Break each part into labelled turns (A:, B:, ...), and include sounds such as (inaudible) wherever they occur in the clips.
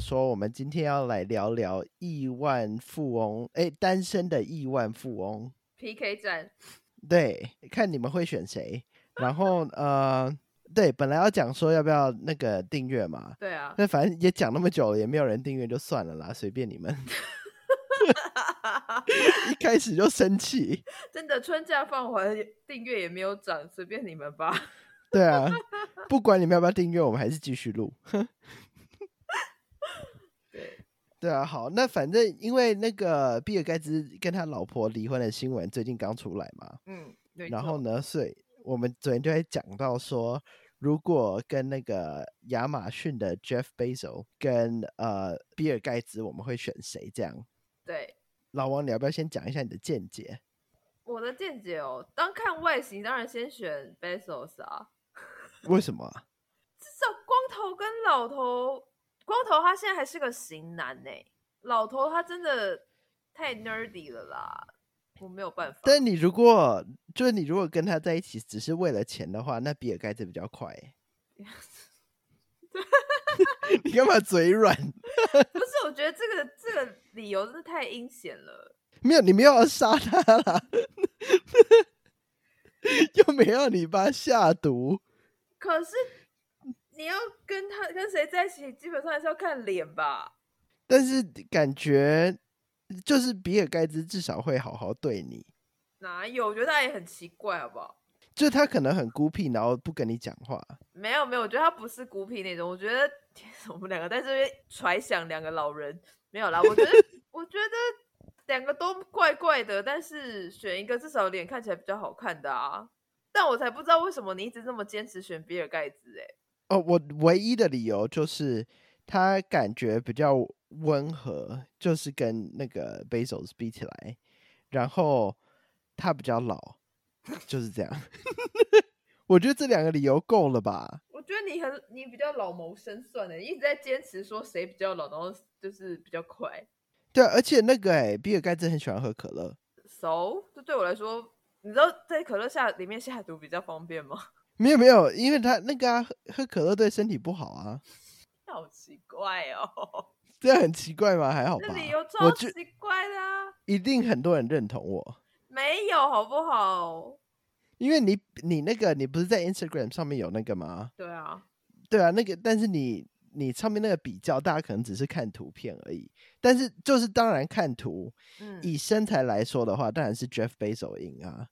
A: 说，我们今天要来聊聊亿万富翁，哎，单身的亿万富翁。
B: PK 战，
A: 对，看你们会选谁。然后呃，对，本来要讲说要不要那个订阅嘛，
B: 对啊， (laughs)
A: 那反正也讲那么久了，也没有人订阅，就算了啦，随便你们。 (laughs) 一开始就生气，
B: 真的春假放完订阅也没有涨，随便你们吧。
A: (laughs) 对啊，不管你们要不要订阅，我们还是继续录。
B: (laughs) 对，
A: 对啊，好，那反正因为那个比尔盖茨跟他老婆离婚的新闻最近刚出来嘛，
B: 嗯， (laughs) 没
A: 然后
B: 错
A: 呢，所以我们昨天就在讲到说，如果跟那个亚马逊的 Jeff Bezos 跟呃比尔盖茨，我们会选谁？这样，
B: 对
A: 老王，你要不要先讲一下你的见解？
B: 我的见解哦，当看外形，当然先选 Bezos 啊，
A: 为什么啊？
B: 至少光头跟老头，光头他现在还是个型男呢、老头他真的太 nerdy 了啦，我没有办法。
A: 但你如果就是你如果跟他在一起只是为了钱的话，那比尔盖茨比较快欸。 (laughs) 你干嘛嘴软？
B: 不是，我觉得这个这个理由真的太阴险了。
A: 没有，你没有要杀他啦， (laughs) 又没有你把他下毒。
B: 可是你要跟他跟谁在一起，基本上还是要看脸吧。
A: 但是感觉就是比尔盖茨至少会好好对你，
B: 哪有？我觉得他也很奇怪，好不好？
A: 就他可能很孤僻，然后不跟你讲话。
B: 没有没有，我觉得他不是孤僻那种。我觉得我们两个在这边揣想两个老人，没有啦。我觉得我觉得两个都怪怪的，但是选一个至少脸看起来比较好看的啊。但我才不知道为什么你一直这么坚持选比尔盖茨哎、
A: 哦，我唯一的理由就是他感觉比较温和，就是跟那个 Bezos 比起来，然后他比较老，就是这样。 (laughs) 我觉得这两个理由够了吧？
B: 我觉得你很你比较老谋深算的、一直在坚持说谁比较老，然后就是比较快。
A: 对、啊，而且那个哎，比尔盖茨很喜欢喝可乐，
B: 熟，这对我来说，你知道在可乐下里面下毒比较方便吗？ (laughs)
A: 没有没有，因为他那个、啊、喝喝可乐对身体不好啊，
B: 好奇怪哦。
A: 这样很奇怪吗？还好吧
B: 那理由，
A: 我
B: 超
A: 觉
B: 奇怪的啊，
A: 一定很多人认同我，
B: 没有好不好？
A: 因为你你那个你不是在 Instagram 上面有那个吗？
B: 对啊，
A: 对啊，那个但是你你上面那个比较，大家可能只是看图片而已，但是就是当然看图，
B: 嗯，
A: 以身材来说的话，当然是 Jeff Bezos 赢啊，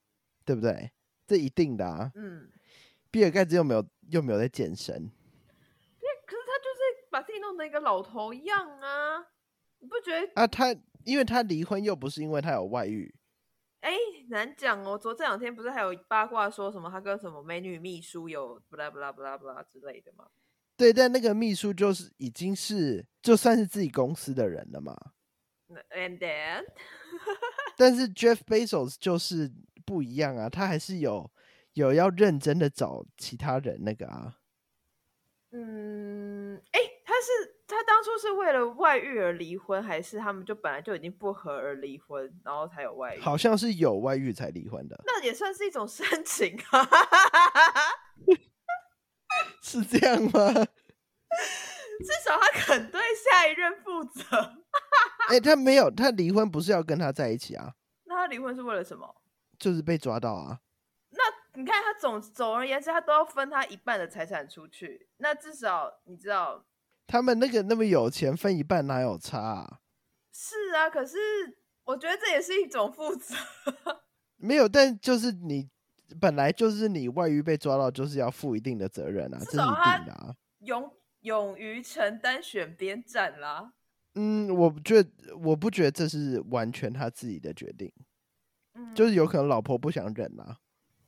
A: 对不对？这一定的啊，
B: 嗯，
A: 比尔盖茨又没有又没有在健身，
B: 可是他就是把自己弄成一个老头一样啊，你不觉得？
A: 啊，他因为他离婚又不是因为他有外遇，
B: 哎，难讲哦。昨这两天不是还有八卦说什么他跟什么美女秘书有不啦不啦不啦不啦之类的吗？
A: 对，但那个秘书就是已经是就算是自己公司的人了嘛，
B: 那 And then，
A: 但是 Jeff Bezos 就是不一样啊，他还是有有要认真的找其他人那个啊，
B: 嗯，哎，他是他当初是为了外遇而离婚，还是他们就本来就已经不和而离婚，然后才有外遇？
A: 好像是有外遇才离婚的， (laughs)
B: 那也算是一种深情啊。 (laughs)
A: 是这样吗？
B: 至少他肯对下一任负责。
A: 哎、他没有，他离婚不是要跟他在一起啊，
B: 那他离婚是为了什么？
A: 就是被抓到啊。
B: 你看他总总而言之，他都要分他一半的财产出去。那至少你知道
A: 他们那个那么有钱，分一半哪有差、啊？
B: 是啊。可是我觉得这也是一种负责。 (laughs)
A: 没有，但就是你本来就是你外遇被抓到，就是要负一定的责任啊，这
B: 至
A: 是一
B: 少他
A: 定的啊。
B: 勇勇于承担选边站啦。
A: 嗯，我不觉得我不觉得这是完全他自己的决定，
B: 嗯，
A: 就是有可能老婆不想忍啊。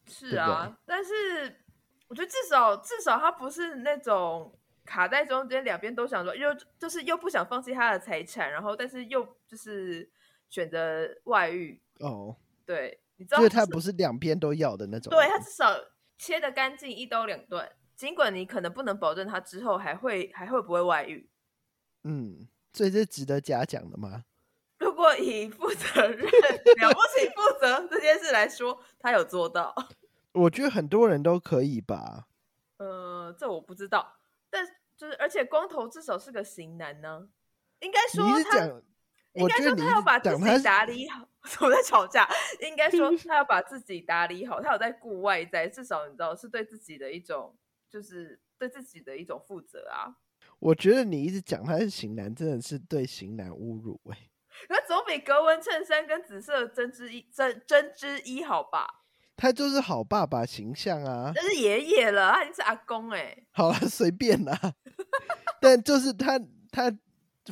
B: 是
A: 对不
B: 啊。但是我觉得至少至少他不是那种。卡在中间，两边都想说，又就是又不想放弃他的财产，然后但是又就是选择外遇，
A: 哦，
B: 对，你知道
A: 就是他不是两边都要的那种人。
B: 对他至少切的干净，一刀两断。尽管你可能不能保证他之后还会还会不会外遇，
A: 嗯，所以这值得嘉奖的吗？
B: 如果以负责任 (laughs) 了不起负责这件事来说，他有做到。
A: 我觉得很多人都可以吧。
B: 呃，这我不知道，但就是而且光头至少是个型男呢、应该说
A: 你是
B: 他
A: 讲，
B: 应
A: 我
B: 该
A: 觉
B: 说
A: 得你
B: 他要把自
A: 讲他
B: 己
A: 是
B: 打理好， (laughs) 我在吵架。应该说他要把自己打理好，他有在顾外在，至少你知道是对自己的一种，就是对自己的一种负责啊。
A: 我觉得你一直讲他是型男，真的是对型男侮辱哎、
B: 那总比格纹衬衫跟紫色针织衣针针织衣好吧？
A: 他就是好爸爸形象啊。
B: 那是爷爷了，他已经是阿公哎、
A: 好了，随便啦。 (laughs) 但就是他他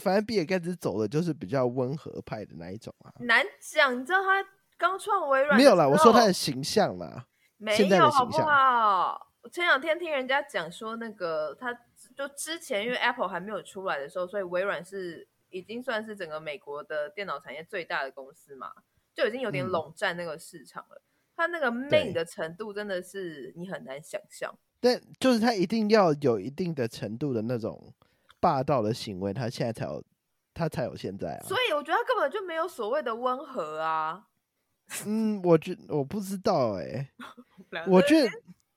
A: 反正比尔盖茨走的就是比较温和派的那一种啊。
B: 难讲。你知道他刚创微软
A: 没有啦，
B: 的时
A: 我说他
B: 候
A: 的形象啦。
B: 没
A: 现在的
B: 有好
A: 形
B: 不
A: 象
B: 好？我前两天听人家讲说，那个他就之前因为 Apple 还没有出来的时候，所以微软是已经算是整个美国的电脑产业最大的公司嘛，就已经有点
A: 嗯
B: 垄断那个市场了。它那个
A: 对
B: main 的程度真的是你很难想象。
A: 但就是他一定要有一定的程度的那种霸道的行为，他现在才有他才有现在啊
B: 所。以我觉得他根本就没有所谓的温和啊。
A: 嗯，我觉我不知道哎、
B: (laughs)
A: 我觉得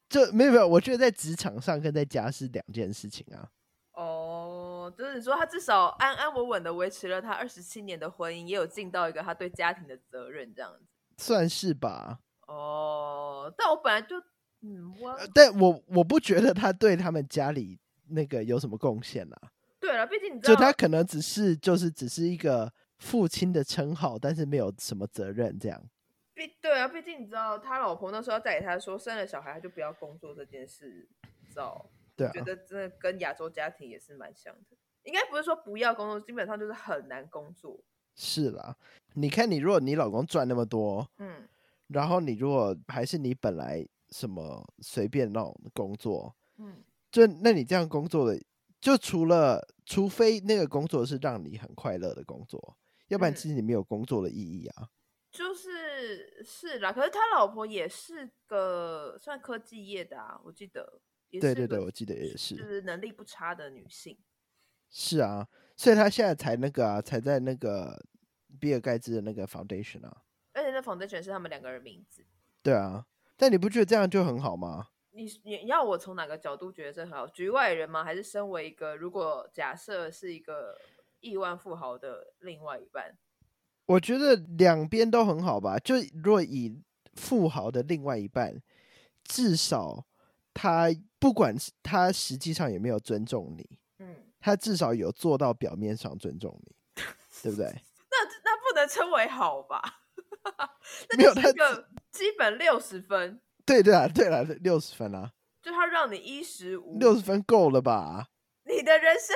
A: 这没有没有，我觉得在职场上跟在家是两件事情啊。
B: 哦，就是你说他至少安安稳稳的维持了他二十七年的婚姻，也有尽到一个他对家庭的责任，这样子。
A: 算是吧，
B: 哦，但我本来就，嗯，我
A: 呃但我我不觉得他对他们家里那个有什么贡献啦，
B: 对了，毕竟你知
A: 就
B: 道，
A: 他可能只是就是只是一个父亲的称号，但是没有什么责任这样。
B: 毕对啊，毕竟你知道，他老婆那时候要带给他说，生了小孩他就不要工作这件事，你知道，
A: 对啊
B: 觉，得真的跟亚洲家庭也是蛮像的。应该不是说不要工作，基本上就是很难工作。
A: 是啦。你看，你如果你老公赚那么多，
B: 嗯，
A: 然后你如果还是你本来什么随便那种工作，
B: 嗯，
A: 就那你这样工作的，就除了除非那个工作是让你很快乐的工作，要不然
B: 嗯
A: 其实你没有工作的意义啊。
B: 就是是啦，可是他老婆也是个算科技业的啊，我记得也
A: 对
B: 是
A: 对
B: 个
A: 对，我记得也
B: 就是是能力不差的女性。
A: 是啊，所以他现在才那个啊，才在那个比尔盖茨的那个 foundation 啊，
B: 而且那 foundation 是他们两个人名字。
A: 对啊。但你不觉得这样就很好吗？
B: 你你你要我从哪个角度觉得这很好？局外人吗？还是身为一个如果假设是一个亿万富豪的另外一半？
A: 我觉得两边都很好吧。就如果以富豪的另外一半，至少他不管是他实际上有没有尊重你，
B: 嗯，
A: 他至少有做到表面上尊重你，对不对？ (laughs)
B: 那那不能称为好吧？ (laughs)
A: 没有
B: 那就
A: 他
B: 是一个基本六十分，
A: 对对啊，对啦，六十分啊，
B: 就他让你衣食无
A: 六十分够了吧？ (laughs)
B: 你的人生。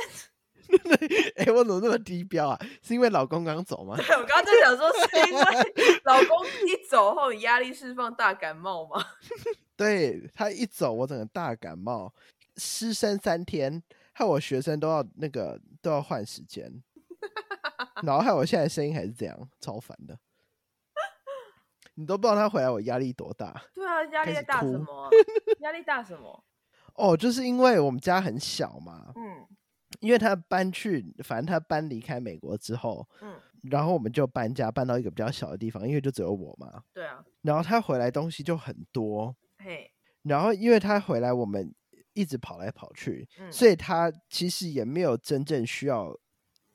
A: 哎、我怎么那么低标啊？是因为老公刚走吗？
B: 对我刚刚就想说，是因
A: (laughs)
B: 为老公一走后，你压力释放大感冒吗？ (laughs)
A: 对他一走，我整个大感冒，失声三天，害我学生都要那个都要换时间，然后害我现在声音还是这样，超烦的。你都不知道他回来我压力多大
B: 对啊，压力
A: 开始
B: 大什
A: 哭 (laughs)
B: 么啊、压力大什么？
A: 哦，就是因为我们家很小嘛，
B: 嗯
A: 因为他搬去，反正他搬离开美国之后，
B: 嗯，
A: 然后我们就搬家搬到一个比较小的地方，因为就只有我嘛。
B: 对啊，
A: 然后他回来东西就很多，
B: 嘿，
A: 然后因为他回来，我们一直跑来跑去，
B: 嗯，
A: 所以他其实也没有真正需要，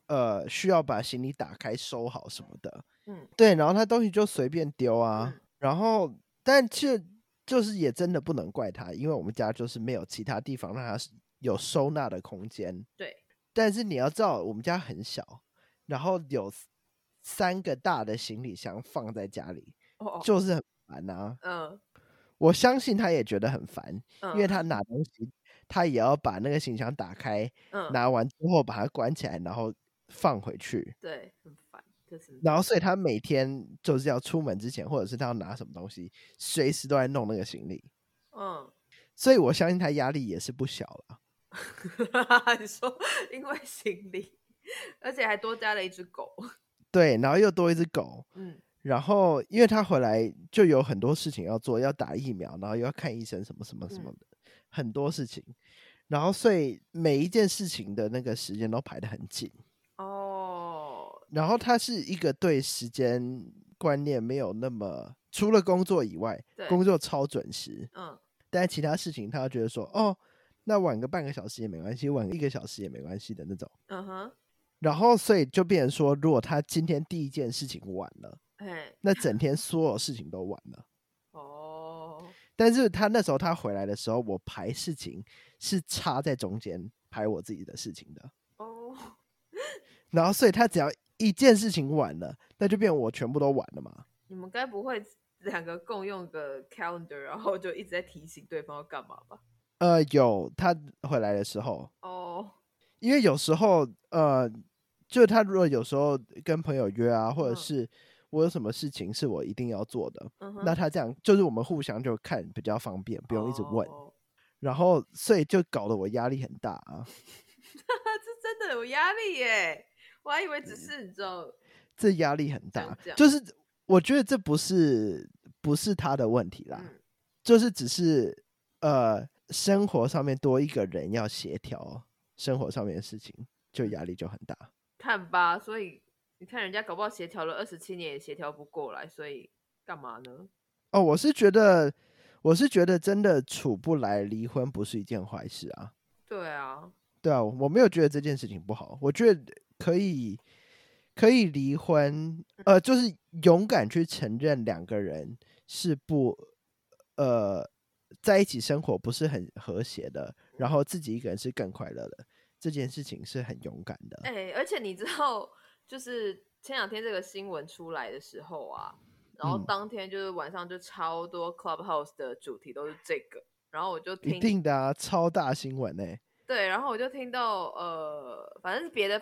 A: 呃，需要把行李打开收好什么的。
B: 嗯
A: 对，然后他东西就随便丢啊
B: 嗯，
A: 然后但这就是也真的不能怪他，因为我们家就是没有其他地方让他是有收纳的空间。
B: 对，
A: 但是你要知道，我们家很小，然后有三个大的行李箱放在家里，
B: 哦哦，
A: 就是很烦啊。
B: 嗯。
A: 我相信他也觉得很烦，因为
B: 嗯
A: 他拿东西，他也要把那个行李箱打开，
B: 嗯
A: 拿完之后把它关起来，然后放回去。
B: 对很烦，就是
A: 然后，所以他每天就是要出门之前，或者是他要拿什么东西，随时都在弄那个行李。
B: 嗯， (laughs)
A: 所以我相信他压力也是不小了。
B: 你说 (laughs) 因为行李，而且还多加了一只狗，
A: 对，然后又多一只狗，
B: 嗯
A: 然后因为他回来就有很多事情要做，要打疫苗，然后又要看医生，什么什么什么
B: 嗯
A: 的，很多事情。然后，所以每一件事情的那个时间都排得很紧。
B: 哦，
A: 然后他是一个对时间观念没有那么，除了工作以外
B: 对，
A: 工作超准时，
B: 嗯
A: 但其他事情他觉得说，哦，那晚个半个小时也没关系，晚个一个小时也没关系的那种。
B: 嗯哼，
A: 然后，所以就变成说，如果他今天第一件事情晚了，
B: 哎，
A: 那整天所有事情都晚了。
B: 哦，
A: 但是他那时候他回来的时候，我排事情是插在中间排我自己的事情的。
B: 哦，
A: 然后，所以他只要一件事情晚了，那就变我全部都晚了嘛。
B: 你们该不会两个共用个 calendar，然后就一直在提醒对方要干嘛吧？
A: 呃，有他回来的时候，
B: 哦，
A: 因为有时候呃，就他如果有时候跟朋友约啊，或者
B: 嗯
A: 是我有什么事情是我一定要做的，
B: 嗯哼，
A: 那他这样就是我们互相就看比较方便，不用一直问。
B: 哦
A: 然后所以就搞得我压力很大啊。
B: 这真的有压力耶！我还以为只是你知道，
A: 这压力很
B: 这样
A: 大
B: 这，样
A: 就是我觉得这不是不是他的问题啦，
B: 嗯
A: 就是只是呃生活上面多一个人要协调生活上面的事情，就压力就很大。
B: 看吧，所以你看人家搞不好协调了二十七年也协调不过来，所以干嘛呢？
A: 哦，我是觉得我是觉得真的处不来，离婚不是一件坏事啊。
B: 对啊，
A: 对啊，我没有觉得这件事情不好，我觉得可以可以离婚，呃，就是勇敢去承认两个人是不呃在一起生活不是很和谐的，然后自己一个人是更快乐的，这件事情是很勇敢的。
B: 哎、而且你知道，就是前两天这个新闻出来的时候啊，然后
A: 嗯
B: 当天就是晚上就超多 Clubhouse 的主题都是这个，然后我就
A: 一
B: 听
A: 定的啊，超大新闻呢、
B: 对，然后我就听到呃，反正是别的，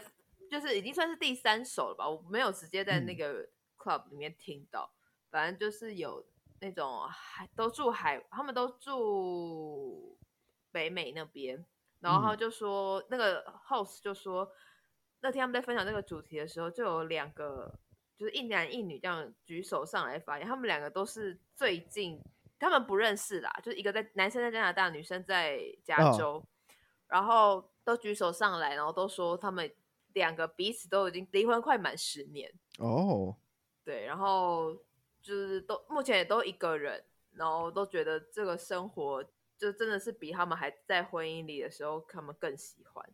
B: 就是已经算是第三首了吧，我没有直接在那
A: 嗯
B: 个 club 里面听到，反正就是有那种海都住海，他们都住北美那边，然后他
A: 嗯
B: 就说、那个 host 就说，那天他们在分享这个主题的时候，就有两个就是一男一女这样举手上来发言，他们两个都是最近他们不认识啦，就是一个在男生在加拿大，女生在加
A: 哦
B: 州，然后都举手上来，然后都说他们两个彼此都已经离婚快满十年，
A: 哦，
B: 对，然后就是都目前也都一个人，然后都觉得这个生活就真的是比他们还在婚姻里的时候他们更喜欢，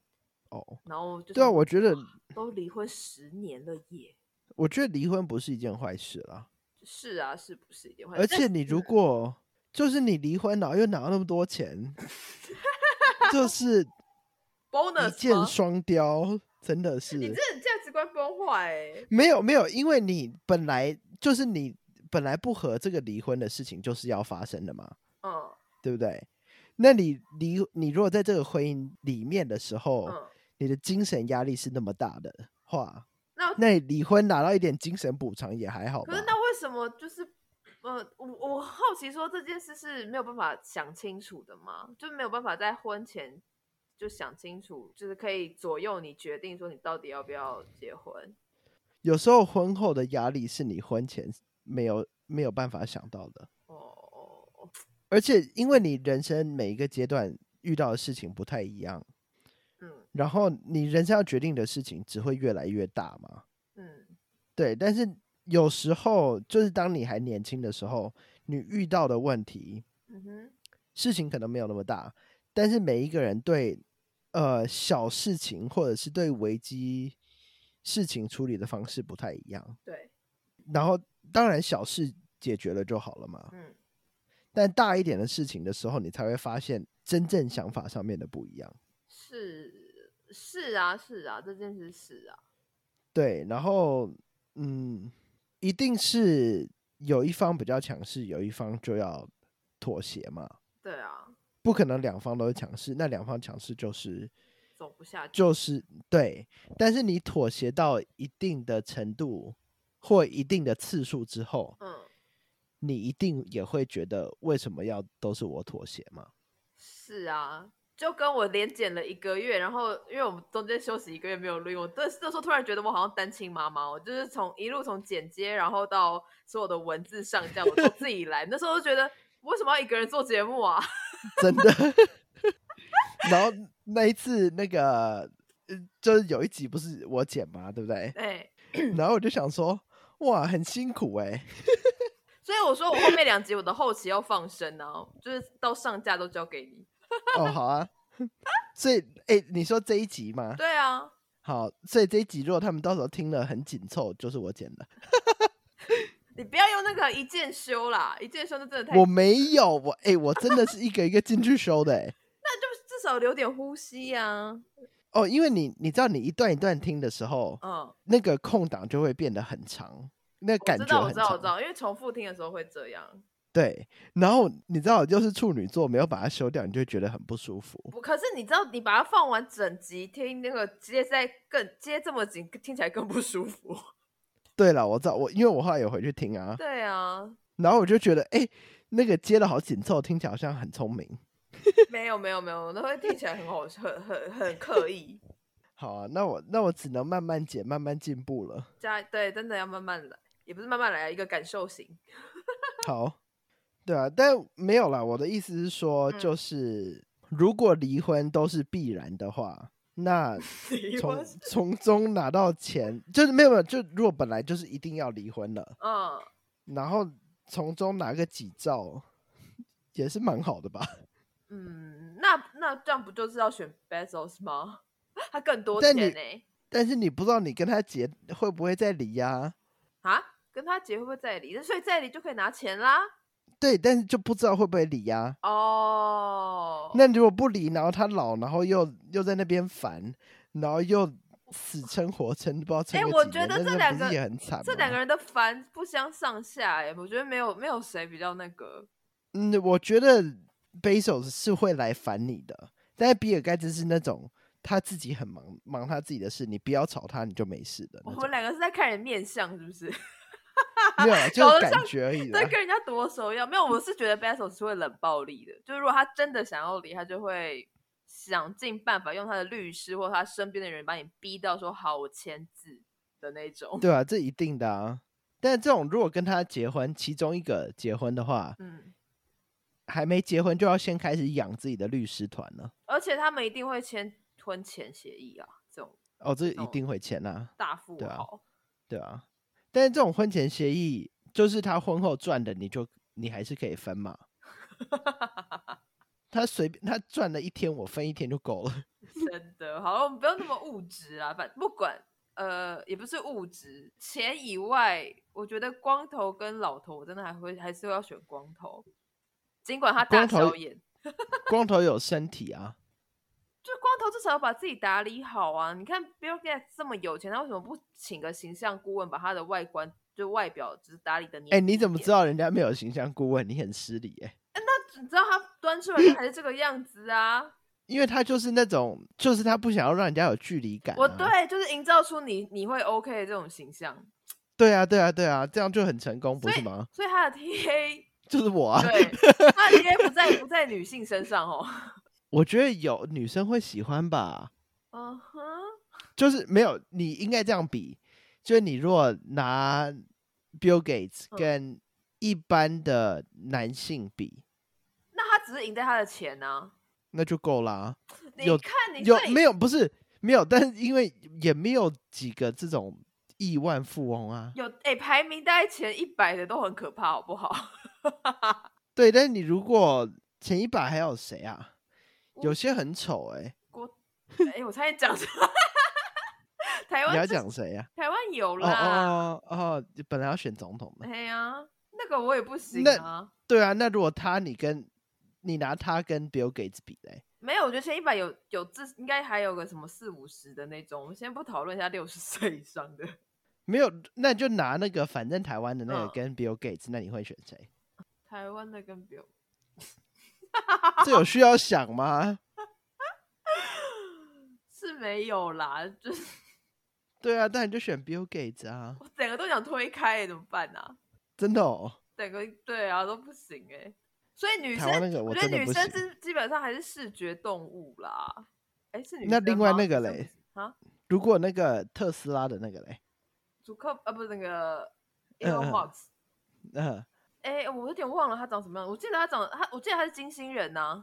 A: 哦，
B: 然后就
A: 对啊，
B: 想
A: 我觉得
B: 都离婚十年了耶，
A: 我觉得离婚不是一件坏事啦，
B: 是啊，是不是一定会？
A: 而
B: 但
A: 且你如果就是你离婚了又拿到那么多钱，就是一
B: bonus
A: 箭
B: 吗？
A: 双雕，真的是
B: 你这价值观崩坏、欸，
A: 没有没有，因为你本来就是你本来不和这个离婚的事情就是要发生的嘛，
B: 嗯
A: 对不对？那你离你如果在这个婚姻里面的时候，
B: 嗯，
A: 你的精神压力是那么大的话，
B: 那
A: 那你离婚拿到一点精神补偿也还好吧
B: 可？是那为什么就是呃，我我好奇说这件事是没有办法想清楚的吗？就没有办法在婚前就想清楚，就是可以左右你决定说你到底要不要结婚？
A: 有时候婚后的压力是你婚前没有没有办法想到的，
B: 哦，
A: 而且因为你人生每一个阶段遇到的事情不太一样。
B: 嗯
A: 然后你人生要决定的事情只会越来越大嘛。
B: 嗯，
A: 对，但是有时候就是当你还年轻的时候，你遇到的问题
B: 嗯哼，
A: 事情可能没有那么大，但是每一个人对呃小事情或者是对危机事情处理的方式不太一样。
B: 对，
A: 然后当然小事解决了就好了嘛，
B: 嗯
A: 但大一点的事情的时候，你才会发现真正想法上面的不一样。
B: 是是啊是啊，这件事是啊，
A: 对，然后嗯，一定是有一方比较强势，有一方就要妥协嘛，
B: 对啊，
A: 不可能两方都是强势，那两方强势就是
B: 走不下去，
A: 就是对，但是你妥协到一定的程度或一定的次数之后，
B: 嗯，
A: 你一定也会觉得为什么要都是我妥协嘛？
B: 是啊。就跟我连剪了一个月，然后因为我们中间休息一个月没有录音，我这这时候突然觉得我好像单亲妈妈哦，我就是从一路从剪接，然后到所有的文字上架，我都自己来。那时候就觉得为什么要一个人做节目啊？ (laughs)
A: 真的。 (laughs) 然后那一次那个。呃就是有一集不是我剪嘛，对不对？
B: 哎、
A: 然后我就想说，哇，很辛苦哎、
B: 所以我说我后面两集我的后期要放生啊，就是到上架都交给你。
A: 哦，好啊， (laughs) 所以，哎、你说这一集吗？
B: 对啊，
A: 好，所以这一集如果他们到时候听了很紧凑，就是我剪的。
B: 你不要用那个一键修啦，一键修那真的太，
A: 我没有，我哎、我真的是一个一个进去修的、哎。
B: 那就至少留点呼吸呀、啊。
A: 哦，因为你你知道，你一段一段听的时候，
B: 嗯，
A: 那个空档就会变得很长，那
B: 我
A: 感
B: 知
A: 觉
B: 道，我
A: 很
B: 知道，我
A: 长。
B: 知道，因为重复听的时候会这样。
A: 对，然后你知道，就是处女座没有把它修掉，你就会觉得很不舒服。
B: 不，可是你知道，你把它放完整集听，那个接在更接这么紧，听起来更不舒服。 (laughs)
A: 对了，我知道，我因为我后来有回去听啊，
B: 对 (laughs) 啊，
A: 然后我就觉得，哎、那个接的好紧凑，听起来好像很聪明。
B: 没有没有没有，那会听起来很好，很很很刻意。
A: 好啊，那我那我只能慢慢剪，慢慢进步了。
B: 加对，真的要慢慢来，也不是慢慢来啊，一个感受型。
A: 好，对啊，但没有啦。我的意思是说，
B: 嗯
A: 就是、如果离婚都是必然的话，那
B: (laughs) 离
A: 从
B: 婚，
A: 从中拿到钱，就是没有没有，就如果本来就是一定要离婚了，
B: 嗯，
A: 然后从中拿个几兆，也是蛮好的吧。 (laughs)
B: 嗯，那那这样不就是要选 Bezos 吗？ (laughs) 他更多
A: 但
B: 钱
A: 你
B: 呢、
A: 但是你不知道你跟他结会不会再离呀、
B: 啊？跟他结会不会再离？所以再离就可以拿钱啦。
A: 对，但是就不知道会不会离呀、
B: 哦，
A: 那如果不离，然后他老，然后又又在那边烦，然后又死撑活撑，不知道撑
B: 哎
A: 个
B: 我
A: 几
B: 觉
A: 年
B: 得
A: 那
B: 这
A: 不
B: 两
A: 是
B: 个
A: 也很惨吗。
B: 这两个人的烦不相上下哎、我觉得没有没有谁比较那个。
A: 嗯，我觉得 Bezos 是会来烦你的，但是比尔盖茨是那种他自己很忙，忙他自己的事，你不要吵他，你就没事的
B: 我
A: 那
B: 们
A: 种。
B: 两个是在看人面相，是不 (laughs) 是？
A: 啊没有啊，就
B: 搞得
A: 是感
B: 像
A: 觉而已啦
B: 在。跟人家夺手一样。没有，我是觉得 Bezos 是会冷暴力的，就是如果他真的想要离，他就会想尽办法用他的律师或他身边的人把你逼到说好，我签字的那种。
A: 对啊，这一定的啊。但这种如果跟他结婚，其中一个结婚的话，
B: 嗯，
A: 还没结婚就要先开始养自己的律师团了。
B: 而且他们一定会签婚前协议啊，这种
A: 哦，这一
B: 懂
A: 定会签啊。
B: 大富
A: 对啊
B: 豪。
A: 对啊，但是这种婚前协议就是他婚后赚的，你就你还是可以分嘛。他随便他赚了一天，我分一天就够了。 (laughs)
B: (laughs) 真的，好，我们不要那么物质啊，反不管，呃，也不是物质，钱以外，我觉得光头跟老头，我真的还会还是会要选光头，尽管他大
A: 光头
B: 小眼，
A: 光头有身体
B: (laughs)
A: 啊，
B: 就光头至少要把自己打理好啊。你看 Bill Gates 这么有钱，他为什么不请个形象顾问，把他的外观就外表只是打理的你？
A: 哎、你怎么知道人家没有形象顾问？你很失礼哎、
B: 道？你知道他端出来的还是这个样子啊？
A: (laughs) 因为他就是那种，就是他不想要让人家有距离感、啊。
B: 我对，就是营造出你你会 OK 的这种形象，
A: 对啊，对啊，对啊，这样就很成功，不
B: 所以
A: 是吗？
B: 所以他的 TA
A: 就是我啊， (laughs)
B: 对，那应该不在不在女性身上哦。
A: 我觉得有女生会喜欢吧。
B: 嗯哼，
A: 就是没有，你应该这样比，就是你如果拿 Bill Gates
B: 嗯
A: 跟一般的男性比，
B: 那他只是赢在他的钱呢、
A: 那就够啦。
B: 你
A: 有
B: 看你
A: 有
B: 最
A: 没有？不是没有，但是因为也没有几个这种亿万富翁啊。
B: 有哎、排名大概前一百的都很可怕，好不好？
A: 对，但是你如果前一百还有谁啊？有
B: 我
A: 些很丑哎、
B: 郭哎、我差点讲错，台
A: 你要
B: 湾
A: 讲谁啊？
B: 台湾有
A: 哦
B: 啦，
A: 哦哦，本来要选总统的。
B: 哎呀，那个我也不行
A: 那
B: 啊。
A: 对啊，那如果他你跟你拿他跟 Bill Gates 比嘞，
B: 没有，我觉得前一百有有至应该还有个什么四五十的那种，我们先不讨论一下六十岁以上的。
A: 没有，那你就拿那个反正台湾的那个
B: 嗯
A: 跟 Bill Gates，、那你会选谁？ (laughs)
B: 台湾的跟 Bill
A: 这有需要想吗？
B: 是没有啦，就是 (laughs)
A: 对啊，但你就选 Bill Gates 啊，
B: 我整个都想推开、欸，怎么办啊？
A: 真的哦。
B: 整个对啊都不行哎、所以女
A: 台
B: 生
A: 湾那个我
B: 觉得
A: 真的
B: 女
A: 不
B: 生
A: 行
B: 是基本上还是视觉动物啦。哎，是女
A: 那
B: 生
A: 另外
B: 吗
A: 那个
B: 女生
A: 嘞
B: 不是啊，
A: 如果那个特斯拉的那个嘞，
B: 主客啊不是那个
A: 嗯
B: Elon
A: 嗯
B: Musk，
A: 嗯、 (laughs)
B: 哎、我有点忘了他长什么样，我记得他长他，我记得他是金星人呐、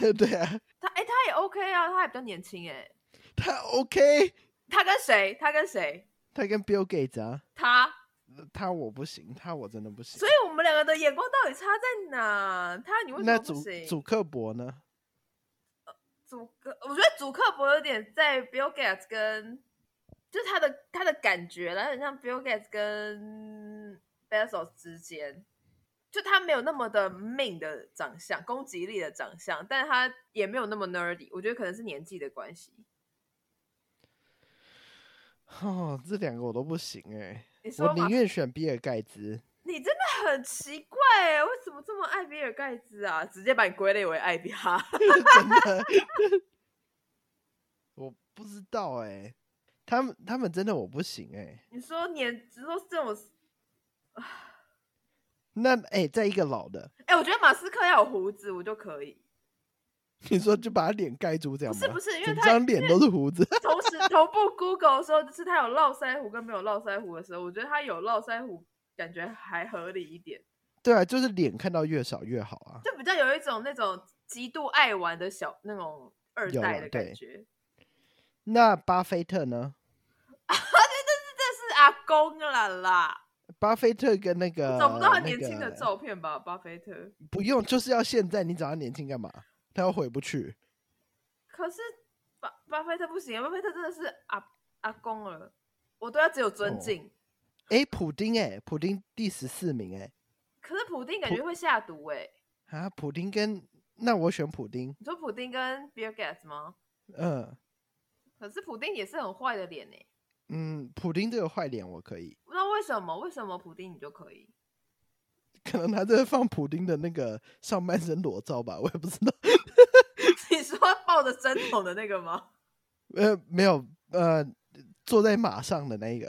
A: 对啊，
B: 他哎、他也 OK 啊，他还比较年轻哎、
A: 他 OK，
B: 他跟谁？他跟谁？
A: 他跟 Bill Gates 啊，
B: 他，
A: 他我不行，他我真的不行
B: 所。以我们两个的眼光到底差在哪？他你为什
A: 那
B: 么不
A: 主
B: 行？
A: 主克伯呢？
B: 祖克，我觉得祖克伯有点在 Bill Gates 跟，就是他的他的感觉啦，很像 Bill Gates 跟 Bezos 之间，就他没有那么的 mean 的长相，攻击力的长相，但他也没有那么 nerdy，我觉得可能是年纪的关系。
A: 哦，这两个我都不行哎、
B: 你说
A: 我
B: 嘛
A: 宁，愿选比尔盖茨。
B: 你真的很奇怪欸，为什么这么爱比尔盖茨啊？直接把你归类为艾比哈。
A: 真的， (laughs) 我不知道哎、他们他们真的我不行哎、
B: 你说年，你说这种，
A: 那哎、再一个老的，
B: 哎、我觉得马斯克要有胡子，我就可以。
A: 你说就把他脸盖住这样
B: 不
A: 吗？
B: 是不是因为
A: 整
B: 他
A: 张脸都是胡子。 (laughs)
B: 同时同步 Google 的时候，就是他有络腮胡跟没有络腮胡的时候，我觉得他有络腮胡感觉还合理一点，
A: 对啊，就是脸看到越少越好啊。
B: 就比较有一种那种极度爱玩的小那种二
A: 有
B: 代
A: 啊
B: 的
A: 对
B: 感觉。
A: 那巴菲特呢？
B: 这是阿公了啦，
A: 巴菲特跟那个
B: 找不到他
A: 呃那
B: 年轻的
A: 个
B: 照片吧？巴菲特。
A: 不用，就是要现在。你找他年轻干嘛？他又回不去。
B: 可是巴巴菲特不行，啊巴菲特真的是阿阿公了，我对他只有尊
A: 哦
B: 敬。
A: 哎、普丁哎、普丁第十四名哎、
B: 可是普丁感觉会下毒哎、
A: 啊，普丁跟那我选普丁，
B: 你说普丁跟 Bill Gates 吗？
A: 嗯
B: 可是普丁也是很坏的脸哎、
A: 嗯，普丁这个坏脸我可以，
B: 不知道为什么，为什么普丁你就可以？ (laughs)
A: 可能他在放普丁的那个上半身裸照吧，我也不知道。
B: 你说抱着针筒的那个吗？
A: 呃，没有，呃，坐在马上的那一个，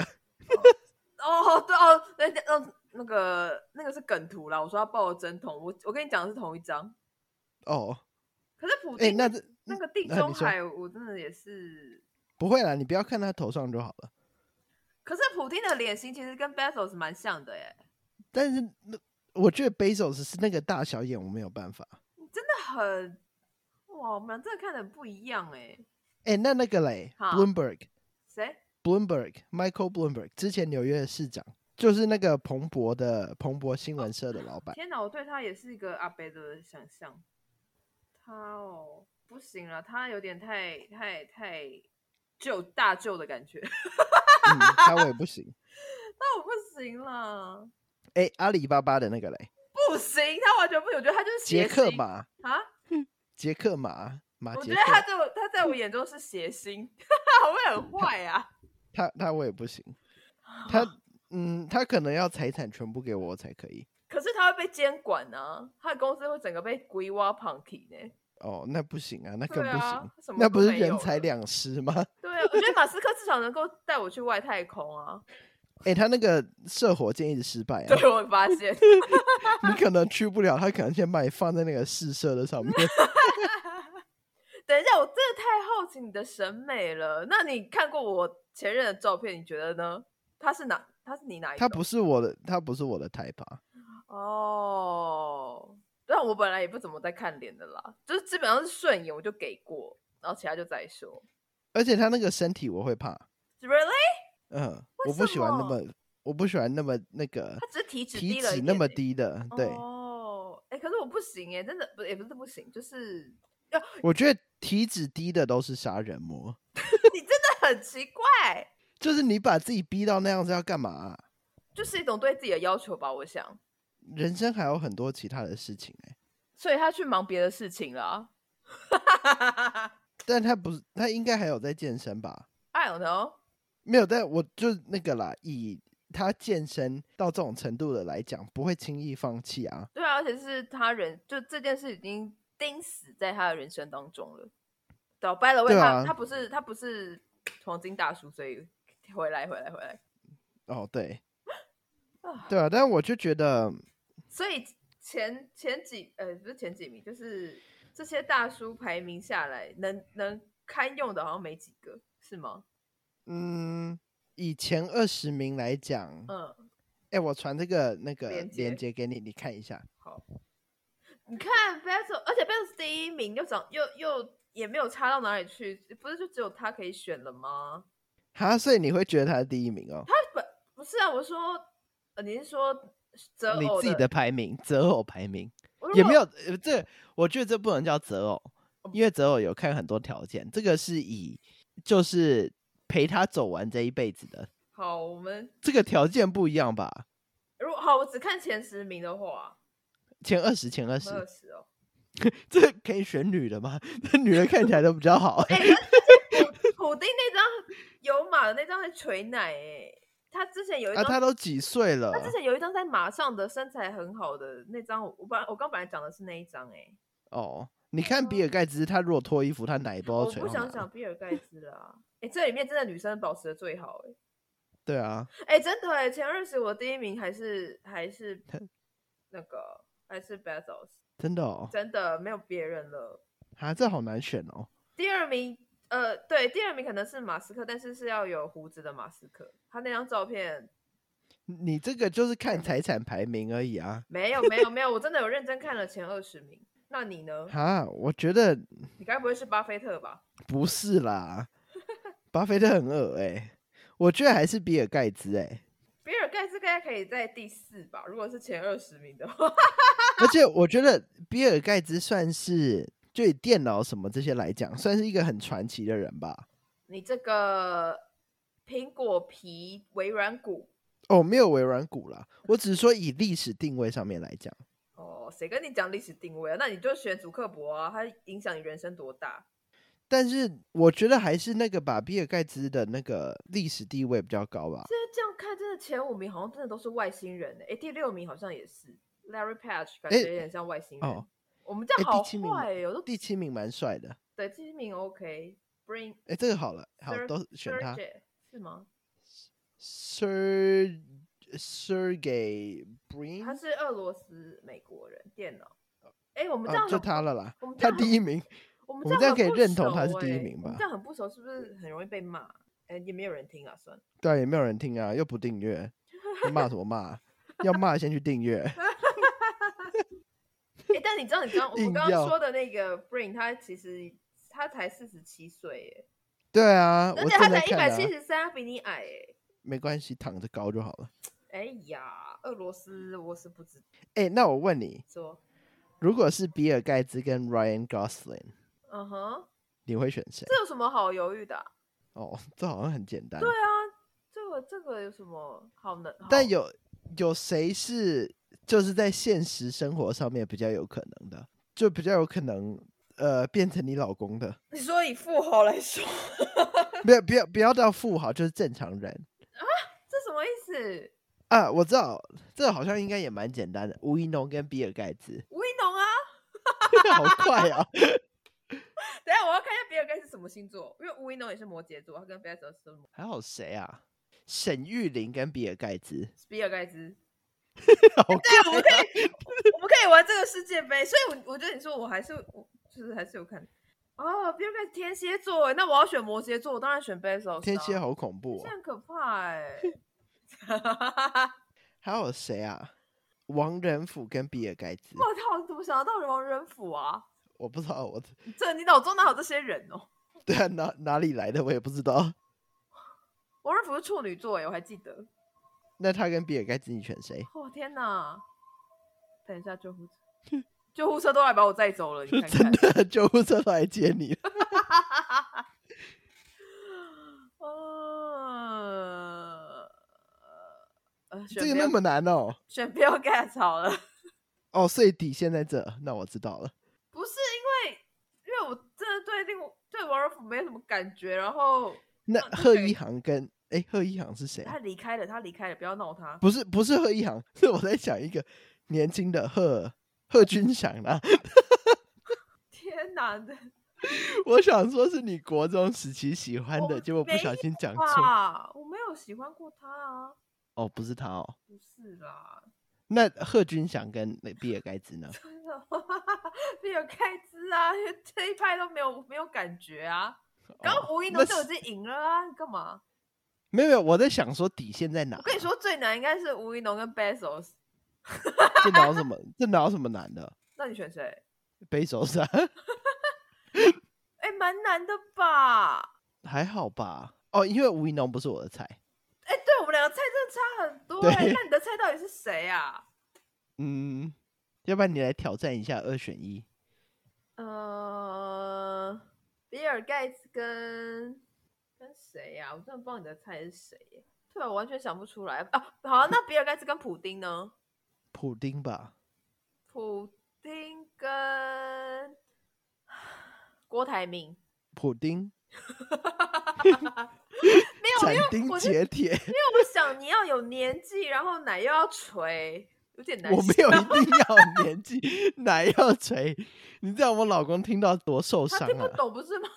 A: (laughs)
B: 哦，对哦，那那哦那个那个是梗图啦。我说他抱着针筒，我我跟你讲的是同一张。
A: 哦，
B: 可是普
A: 哎、
B: 丁、
A: 那这
B: 那个地
A: 那你
B: 中
A: 说
B: 海，我真的也是。
A: 不会啦，你不要看他头上就好了。
B: 可是普丁的脸型其实跟 Bezos 蛮像的耶，
A: 但是那我觉得 Bezos 是那个大小眼，我没有办法。
B: 真的很哇，我们俩真的看的很不一样哎。
A: 哎、那那个嘞
B: 好
A: ，Bloomberg
B: 谁？
A: Bloomberg Michael Bloomberg 之前纽约的市长，就是那个彭博的彭博新闻社的老
B: (laughs)
A: 板。
B: 天哪，我对他也是一个阿贝的想象。他哦，不行了，他有点太太太旧大旧的感觉。 (laughs)
A: 嗯，他我也不行。
B: 那我不行了，
A: 哎、阿里巴巴的那个嘞，
B: 不行，他完全不行，我觉得他就是谐
A: 杰克
B: 星
A: 马，
B: 啊！
A: 杰克马马
B: 我
A: 杰
B: 觉得他
A: 克，
B: 在我他在我眼中是谐星，会很坏啊！ (laughs)
A: 他他我也不行。他嗯，他可能要财产全部给我才可以。
B: 可是他会被监管啊，他的公司会整个被鬼挖旁体呢。
A: 哦，那不行啊，那更不
B: 对
A: 行。
B: 啊，什么都
A: 那不是
B: 没有
A: 人财
B: 了
A: 两
B: (laughs)
A: 失吗？
B: 对啊，我觉得马斯克至少能够带我去外太空啊！
A: 哎、他那个射火箭一直失败啊，
B: 对，啊我发现。
A: 你可能去不了，他可能先把你放在那个试射
B: (laughs)
A: 的上面。
B: 等一下，我真的太好奇你的审美了。那你看过我前任的照片，你觉得呢？他是哪？他是你哪一种？
A: 他不是我的，他不是我的 type 啊。
B: 哦，但我本来也不怎么在看脸的啦，就是基本上是顺眼我就给过，然后其他就再说。
A: 而且他那个身体我会怕，
B: Really？
A: 嗯，
B: 为
A: 我不
B: 什
A: 喜欢那
B: 么
A: 么，我不喜欢那么那个
B: 他只是体脂
A: 体
B: 低了
A: 脂
B: 一
A: 那
B: 点
A: 么
B: 欸
A: 低的，对，
B: 哦，哎、可是我不行哎、真的不也不是不行，就是 (laughs)
A: 我觉得体脂低的都是杀人魔，
B: 你真的很奇怪，
A: 就是你把自己逼到那样子要干嘛啊、
B: 就是一种对自己的要求吧，我想。
A: 人生还有很多其他的事情哎、
B: 所以他去忙别的事情了啊。
A: 但他不是，他应该还有在健身吧？
B: (laughs) I don't know。
A: 没有，但我就是那个啦，以他健身到这种程度的来讲，不会轻易放弃啊。
B: 对啊，而且是他人，就这件事已经钉死在他的人生当中了。对、啊、，by the way，、
A: 对啊
B: 他他不是他不是黄金大叔，所以回来回来回来。
A: 哦，对，
B: 啊
A: 对啊，但我就觉得，
B: 所以前前几呃不是前几名，就是这些大叔排名下来，能能堪用的好像没几个，是吗？
A: 嗯，以前二十名来讲，
B: 嗯，
A: 哎、我传这个那个
B: 链
A: 链
B: 接
A: 接给你，你看一下。
B: 好。你看 Bezos，而且 Bezos 第一名又长又又也没有差到哪里去，不是就只有他可以选了吗？
A: 哈，所以你会觉得他是第一名哦？
B: 不是啊，我说，呃、你是说择
A: 你
B: 偶
A: 自己的排名，择偶排名
B: 我如哦
A: 也
B: 果
A: 没有，呃，这我觉得这不能叫择偶，因为择偶有看很多条件，这个是以就是陪他走完这一辈子的，
B: 好，我们
A: 这个条件不一样吧？
B: 如果好，我只看前十名的话，
A: 前二十，前二十，
B: 二十
A: (laughs)
B: 哦。
A: 这可以选女的吗？ (laughs) 这女的看起来都比较好、
B: 哎、土土地那张有马的那张在垂奶哎、他之前有一
A: 啊，
B: 张、
A: 她都几岁了
B: 他之前有一张在马上的身材很好的那张，我本来我刚本来讲的是那一张哎、
A: 哦。你看比尔盖茨，他如果脱衣服，他奶不知道
B: 我
A: 哦垂
B: 不
A: 到哪
B: 想
A: 了
B: 想比尔盖茨啦。哎、这里面真的女生保持的最好哎、
A: 对啊，
B: 哎、真的哎、前二十我第一名还是还是那个还是 Bezos，
A: 真的哦，
B: 真的没有别人了。
A: 啊，这好难选哦。
B: 第二名，呃，对，第二名可能是马斯克，但是是要有胡子的马斯克。他那张照片
A: 你这个就是看财产排名而已啊。
B: 没有，没有，没有，我真的有认真看了前二十名。那你呢？
A: 哈，啊我觉得
B: 你该不会是巴菲特吧？
A: 不是
B: (laughs)
A: 啦，巴菲特很恶哎、我觉得还是比尔盖茨哎、
B: 比尔盖茨应该可以在第四吧，如果是前二十名的话。 (laughs)
A: 而且我觉得比尔盖茨算是就以电脑什么这些来讲，算是一个很传奇的人吧。
B: 你这个苹果皮、微软股，
A: 哦，没有微软股啦，我只是说以历史定位上面来讲，
B: 哦，谁跟你讲历史定位啊？那你就选祖克伯啊，他影响你人生多大？
A: 但是我觉得还是那个把比尔盖茨的那个历史地位比较高吧。
B: 这这样看，真的前五名好像真的都是外星人诶、诶第六名好像也是 Larry Page，感
A: 诶
B: 觉有点像外星人。
A: 哦，
B: 我们这样
A: 诶
B: 好
A: 第七名
B: 坏、欸，我都
A: 第七名蛮帅的，
B: 对第七名 OK，Bring、
A: 哎，这个好了，好
B: Ser-
A: 都选他
B: Sergey，是吗？
A: ，Sir Sergey Brin，
B: 他是俄罗斯美国人，电脑。哎、我们这
A: 啊，
B: 样
A: 就
B: 很、
A: 他了啦
B: 我们，这
A: 他
B: 样
A: 第一名。
B: 我们
A: 我
B: 这
A: 们
B: 样
A: 这样
B: 很
A: 可以
B: 不
A: 认同他
B: 熟
A: 是第一
B: 欸
A: 名
B: 我
A: 吧
B: 们这样很不熟，是不是很容易被骂？哎、也没有人听啊，算了。
A: 对啊，也没有人听啊，又不订阅，要骂什么骂啊？要骂先去订阅。
B: 哎、但你知道，你刚我
A: 硬
B: 们刚
A: 要
B: 刚说的那个 Bring，他其实他才四十七岁耶，
A: 对啊，
B: 而
A: 我
B: 且他
A: 正在
B: 才一
A: 看
B: 百
A: 啊
B: 七，十三，比你矮耶。
A: 没关系，躺着高就好了。
B: 哎呀，俄罗斯我是不知
A: 哎、那我问你，
B: 说，
A: 如果是比尔盖茨跟 Ryan Gosling，
B: 嗯哼，
A: 你会选谁？
B: 这有什么好犹豫的啊、
A: 哦，这好像很简单。
B: 对啊，这个这个有什么好能？
A: 但
B: 好
A: 有有谁是就是在现实生活上面比较有可能的，就比较有可能呃变成你老公的？
B: 你说以富豪来说， (laughs)
A: 不要不要不要到富豪，就是正常人
B: 这什么意思？
A: 啊！我知道，这好像应该也蛮简单的。吴一农跟比尔盖茨， (laughs)
B: 吴一农啊，
A: 好快啊！
B: 等一下我要看一下比尔盖茨什么星座，因为吴一农也是摩羯座，他跟 b e z o 是摩
A: 还有谁啊？沈玉琳跟比尔盖茨，
B: 比尔盖茨。哎
A: (laughs) 好
B: 对，啊我
A: 快
B: 们可以，我们可以玩这个世界杯，所以我我觉得你说我还是我就是还是有看。哦，比尔盖茨天蝎座欸，那我要选摩羯座，我当然选 b e z o
A: 天蝎好恐怖
B: 这
A: 哦！
B: 很可怕
A: (laughs)
B: 哎、
A: 还有谁啊？王仁甫跟比尔盖茨，
B: (laughs) 我靠，你怎么想得到王仁甫啊？
A: 我不知道我
B: 这你脑中哪有这些人哦？
A: 对啊哪哪里来的我也不知道。
B: 王仁甫是处女座哎、我还记得。
A: 那他跟比尔盖茨你选谁？
B: 哦天哪！等一下救护车，救护车都来把我载走了，你
A: (laughs)
B: 看
A: 真
B: 看。
A: 的救护车都来接你了。
B: 啊呃，呃选
A: 这个
B: 比
A: 那
B: 尔
A: 么难哦。
B: 选 Bill Gates 好了，
A: 哦，所以底线在这，那我知道了。
B: 不是因为因为我真的对另对王仁甫没什么感觉，然后
A: 那
B: 那
A: 贺
B: 谁
A: 一航跟哎，贺一航是谁啊
B: 他？离开了，他离开了，不要闹他。
A: 不是不是贺一航， (laughs) 是我在想一个年轻的贺贺军翔啊啦。
B: 天哪，的
A: (laughs) 我想说是你国中时期喜欢
B: 我
A: 的，结果不
B: 没
A: 小心讲错。
B: 哇，我没有喜欢过他啊，
A: 哦，不是他哦。
B: 不是啦，
A: 那贺军翔跟那比尔盖茨
B: (laughs)
A: 呢？
B: 真的， (laughs) 比尔盖茨啊，因为这一派都没有没有感觉啊。刚
A: 哦
B: 刚吴一
A: 那
B: 农就是已经赢了啊，你干嘛？
A: 没有没有，我在想说底线在哪？
B: 我跟你，说，最难应该是吴一农跟 Bezos，
A: 这哪有什么这哪有什么难的？
B: 那你选谁？
A: 背手山
B: 哎，蛮难的吧？
A: (laughs) 还好吧？哦，因为吴一农不是我的菜。
B: 哎，对我们两个菜真的差很多
A: 对
B: 哎、那你的菜到底是谁啊？
A: 嗯，要不然你来挑战一下二选一。
B: 呃，比尔盖茨跟跟谁呀、我真的不知道你的菜是谁耶、对啊，我完全想不出来啊。好啊那比尔盖茨跟普丁呢？
A: 普丁吧？
B: 普丁跟郭台铭。
A: 普丁
B: 没有，
A: (laughs) 斩
B: 因为
A: 钉
B: 我是
A: 截铁，
B: 因
A: (laughs)
B: 为我想你要有年纪，然后奶又要垂，有点难。
A: 我没有一定要年纪， (laughs) 奶要垂。你知道我老公听到多受
B: 他
A: 伤
B: 听不
A: 啊？
B: 懂不是
A: (laughs)
B: 吗？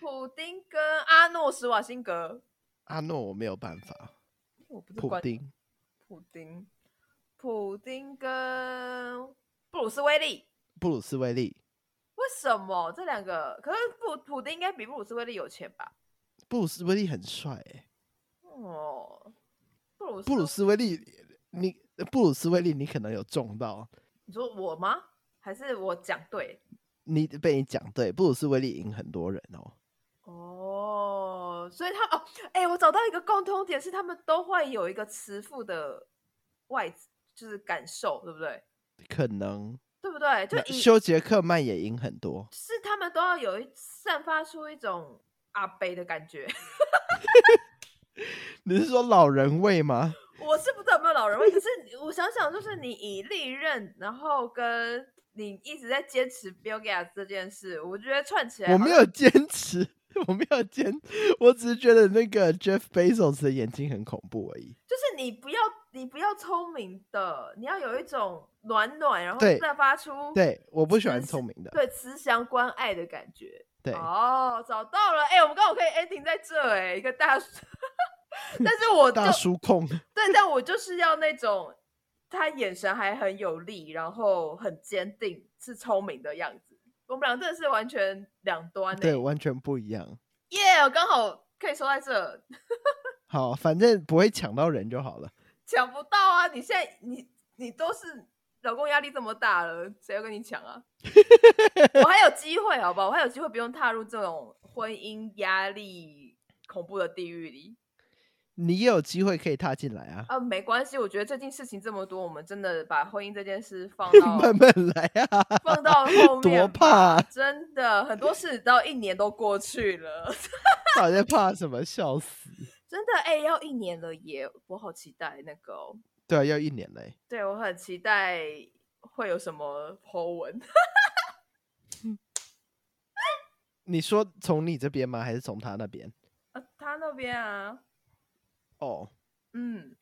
B: 普丁跟阿诺·施瓦辛格，
A: 阿诺，我没有办法。
B: 我不是
A: 普
B: 关
A: 丁，
B: 普丁，普丁跟布鲁斯·威利，
A: 布鲁斯威利，
B: 为什么这两个？可是普普丁应该比布鲁斯·威利有钱吧？
A: 布鲁斯威利很帅、欸。
B: 哦，布鲁斯
A: 布鲁，斯威利，你呃布鲁斯威利，你可能有中到，
B: 你说我吗？还是我讲对？
A: 你被你讲对，布鲁斯威利赢很多人哦。
B: 哦，所以他哦，哎、我找到一个共通点，是他们都会有一个慈父的外，就是感受，对不对？
A: 可能
B: 对不对？就
A: 那
B: 以
A: 休杰克曼也赢很多，
B: 是他们都要有一散发出一种阿悲的感觉。 (laughs)
A: 你是说老人味吗？
B: 我是不知道有没有老人味，可是我想想，就是你以历任，然后跟你一直在坚持 Bill Gates 这件事，我觉得串起来
A: 我
B: 好
A: 没
B: 像
A: 有坚持，我没有坚，我只是觉得那个 Jeff Bezos 的眼睛很恐怖而已。
B: 就是你不要你不要聪明的，你要有一种暖暖，然后
A: 对
B: 散发出
A: 对，我不喜
B: 是
A: 欢
B: 是
A: 聪明的。
B: 对慈祥关爱的感觉。
A: 对，
B: 哦，找到了，哎、我们刚好可以 ending 在这、哎，一个大叔， (laughs) 但是我就
A: 大叔控，
B: 对，但我就是要那种他眼神还很有力，然后很坚定，是聪明的样子。我们俩真的是完全两端呢、
A: 对，完全不一样。
B: 耶刚好可以说在这，
A: 好，反正不会抢到人就好了。
B: 抢不到啊！你现在你你都是老公压力这么大了，谁要跟你抢啊？ (laughs) 我还有机会，好不好？我还有机会，不用踏入这种婚姻压力恐怖的地狱里。
A: 你也有机会可以踏进来啊，
B: 啊，没关系，我觉得最近事情这么多，我们真的把婚姻这件事
A: (laughs)
B: 放到
A: 慢慢来啊，
B: 放到后面
A: 多
B: 吧
A: 怕啊
B: 真的很多事到一年都过去了， (laughs)
A: (laughs) 到底在怕什么？笑死！
B: 真的哎、要一年了耶！我好期待那个、哦，
A: 对啊，要一年嘞。
B: 对我很期待会有什么 po 文。
A: 你说从你这边吗？还是从他那边？
B: 啊、他那边啊，
A: 哦，
B: 嗯，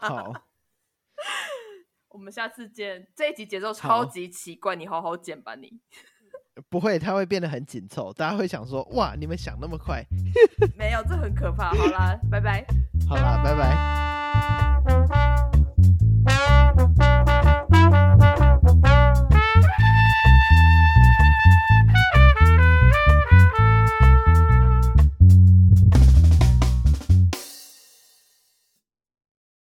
A: 好，
B: 我们下次见。这一集节奏
A: 好
B: 超级奇怪，你好好剪吧你。
A: 不会，他会变得很紧凑，大家会想说，哇，你们想那么快？
B: 没有，这很可怕。好啦，拜拜。
A: 好啦，拜拜。
B: 拜。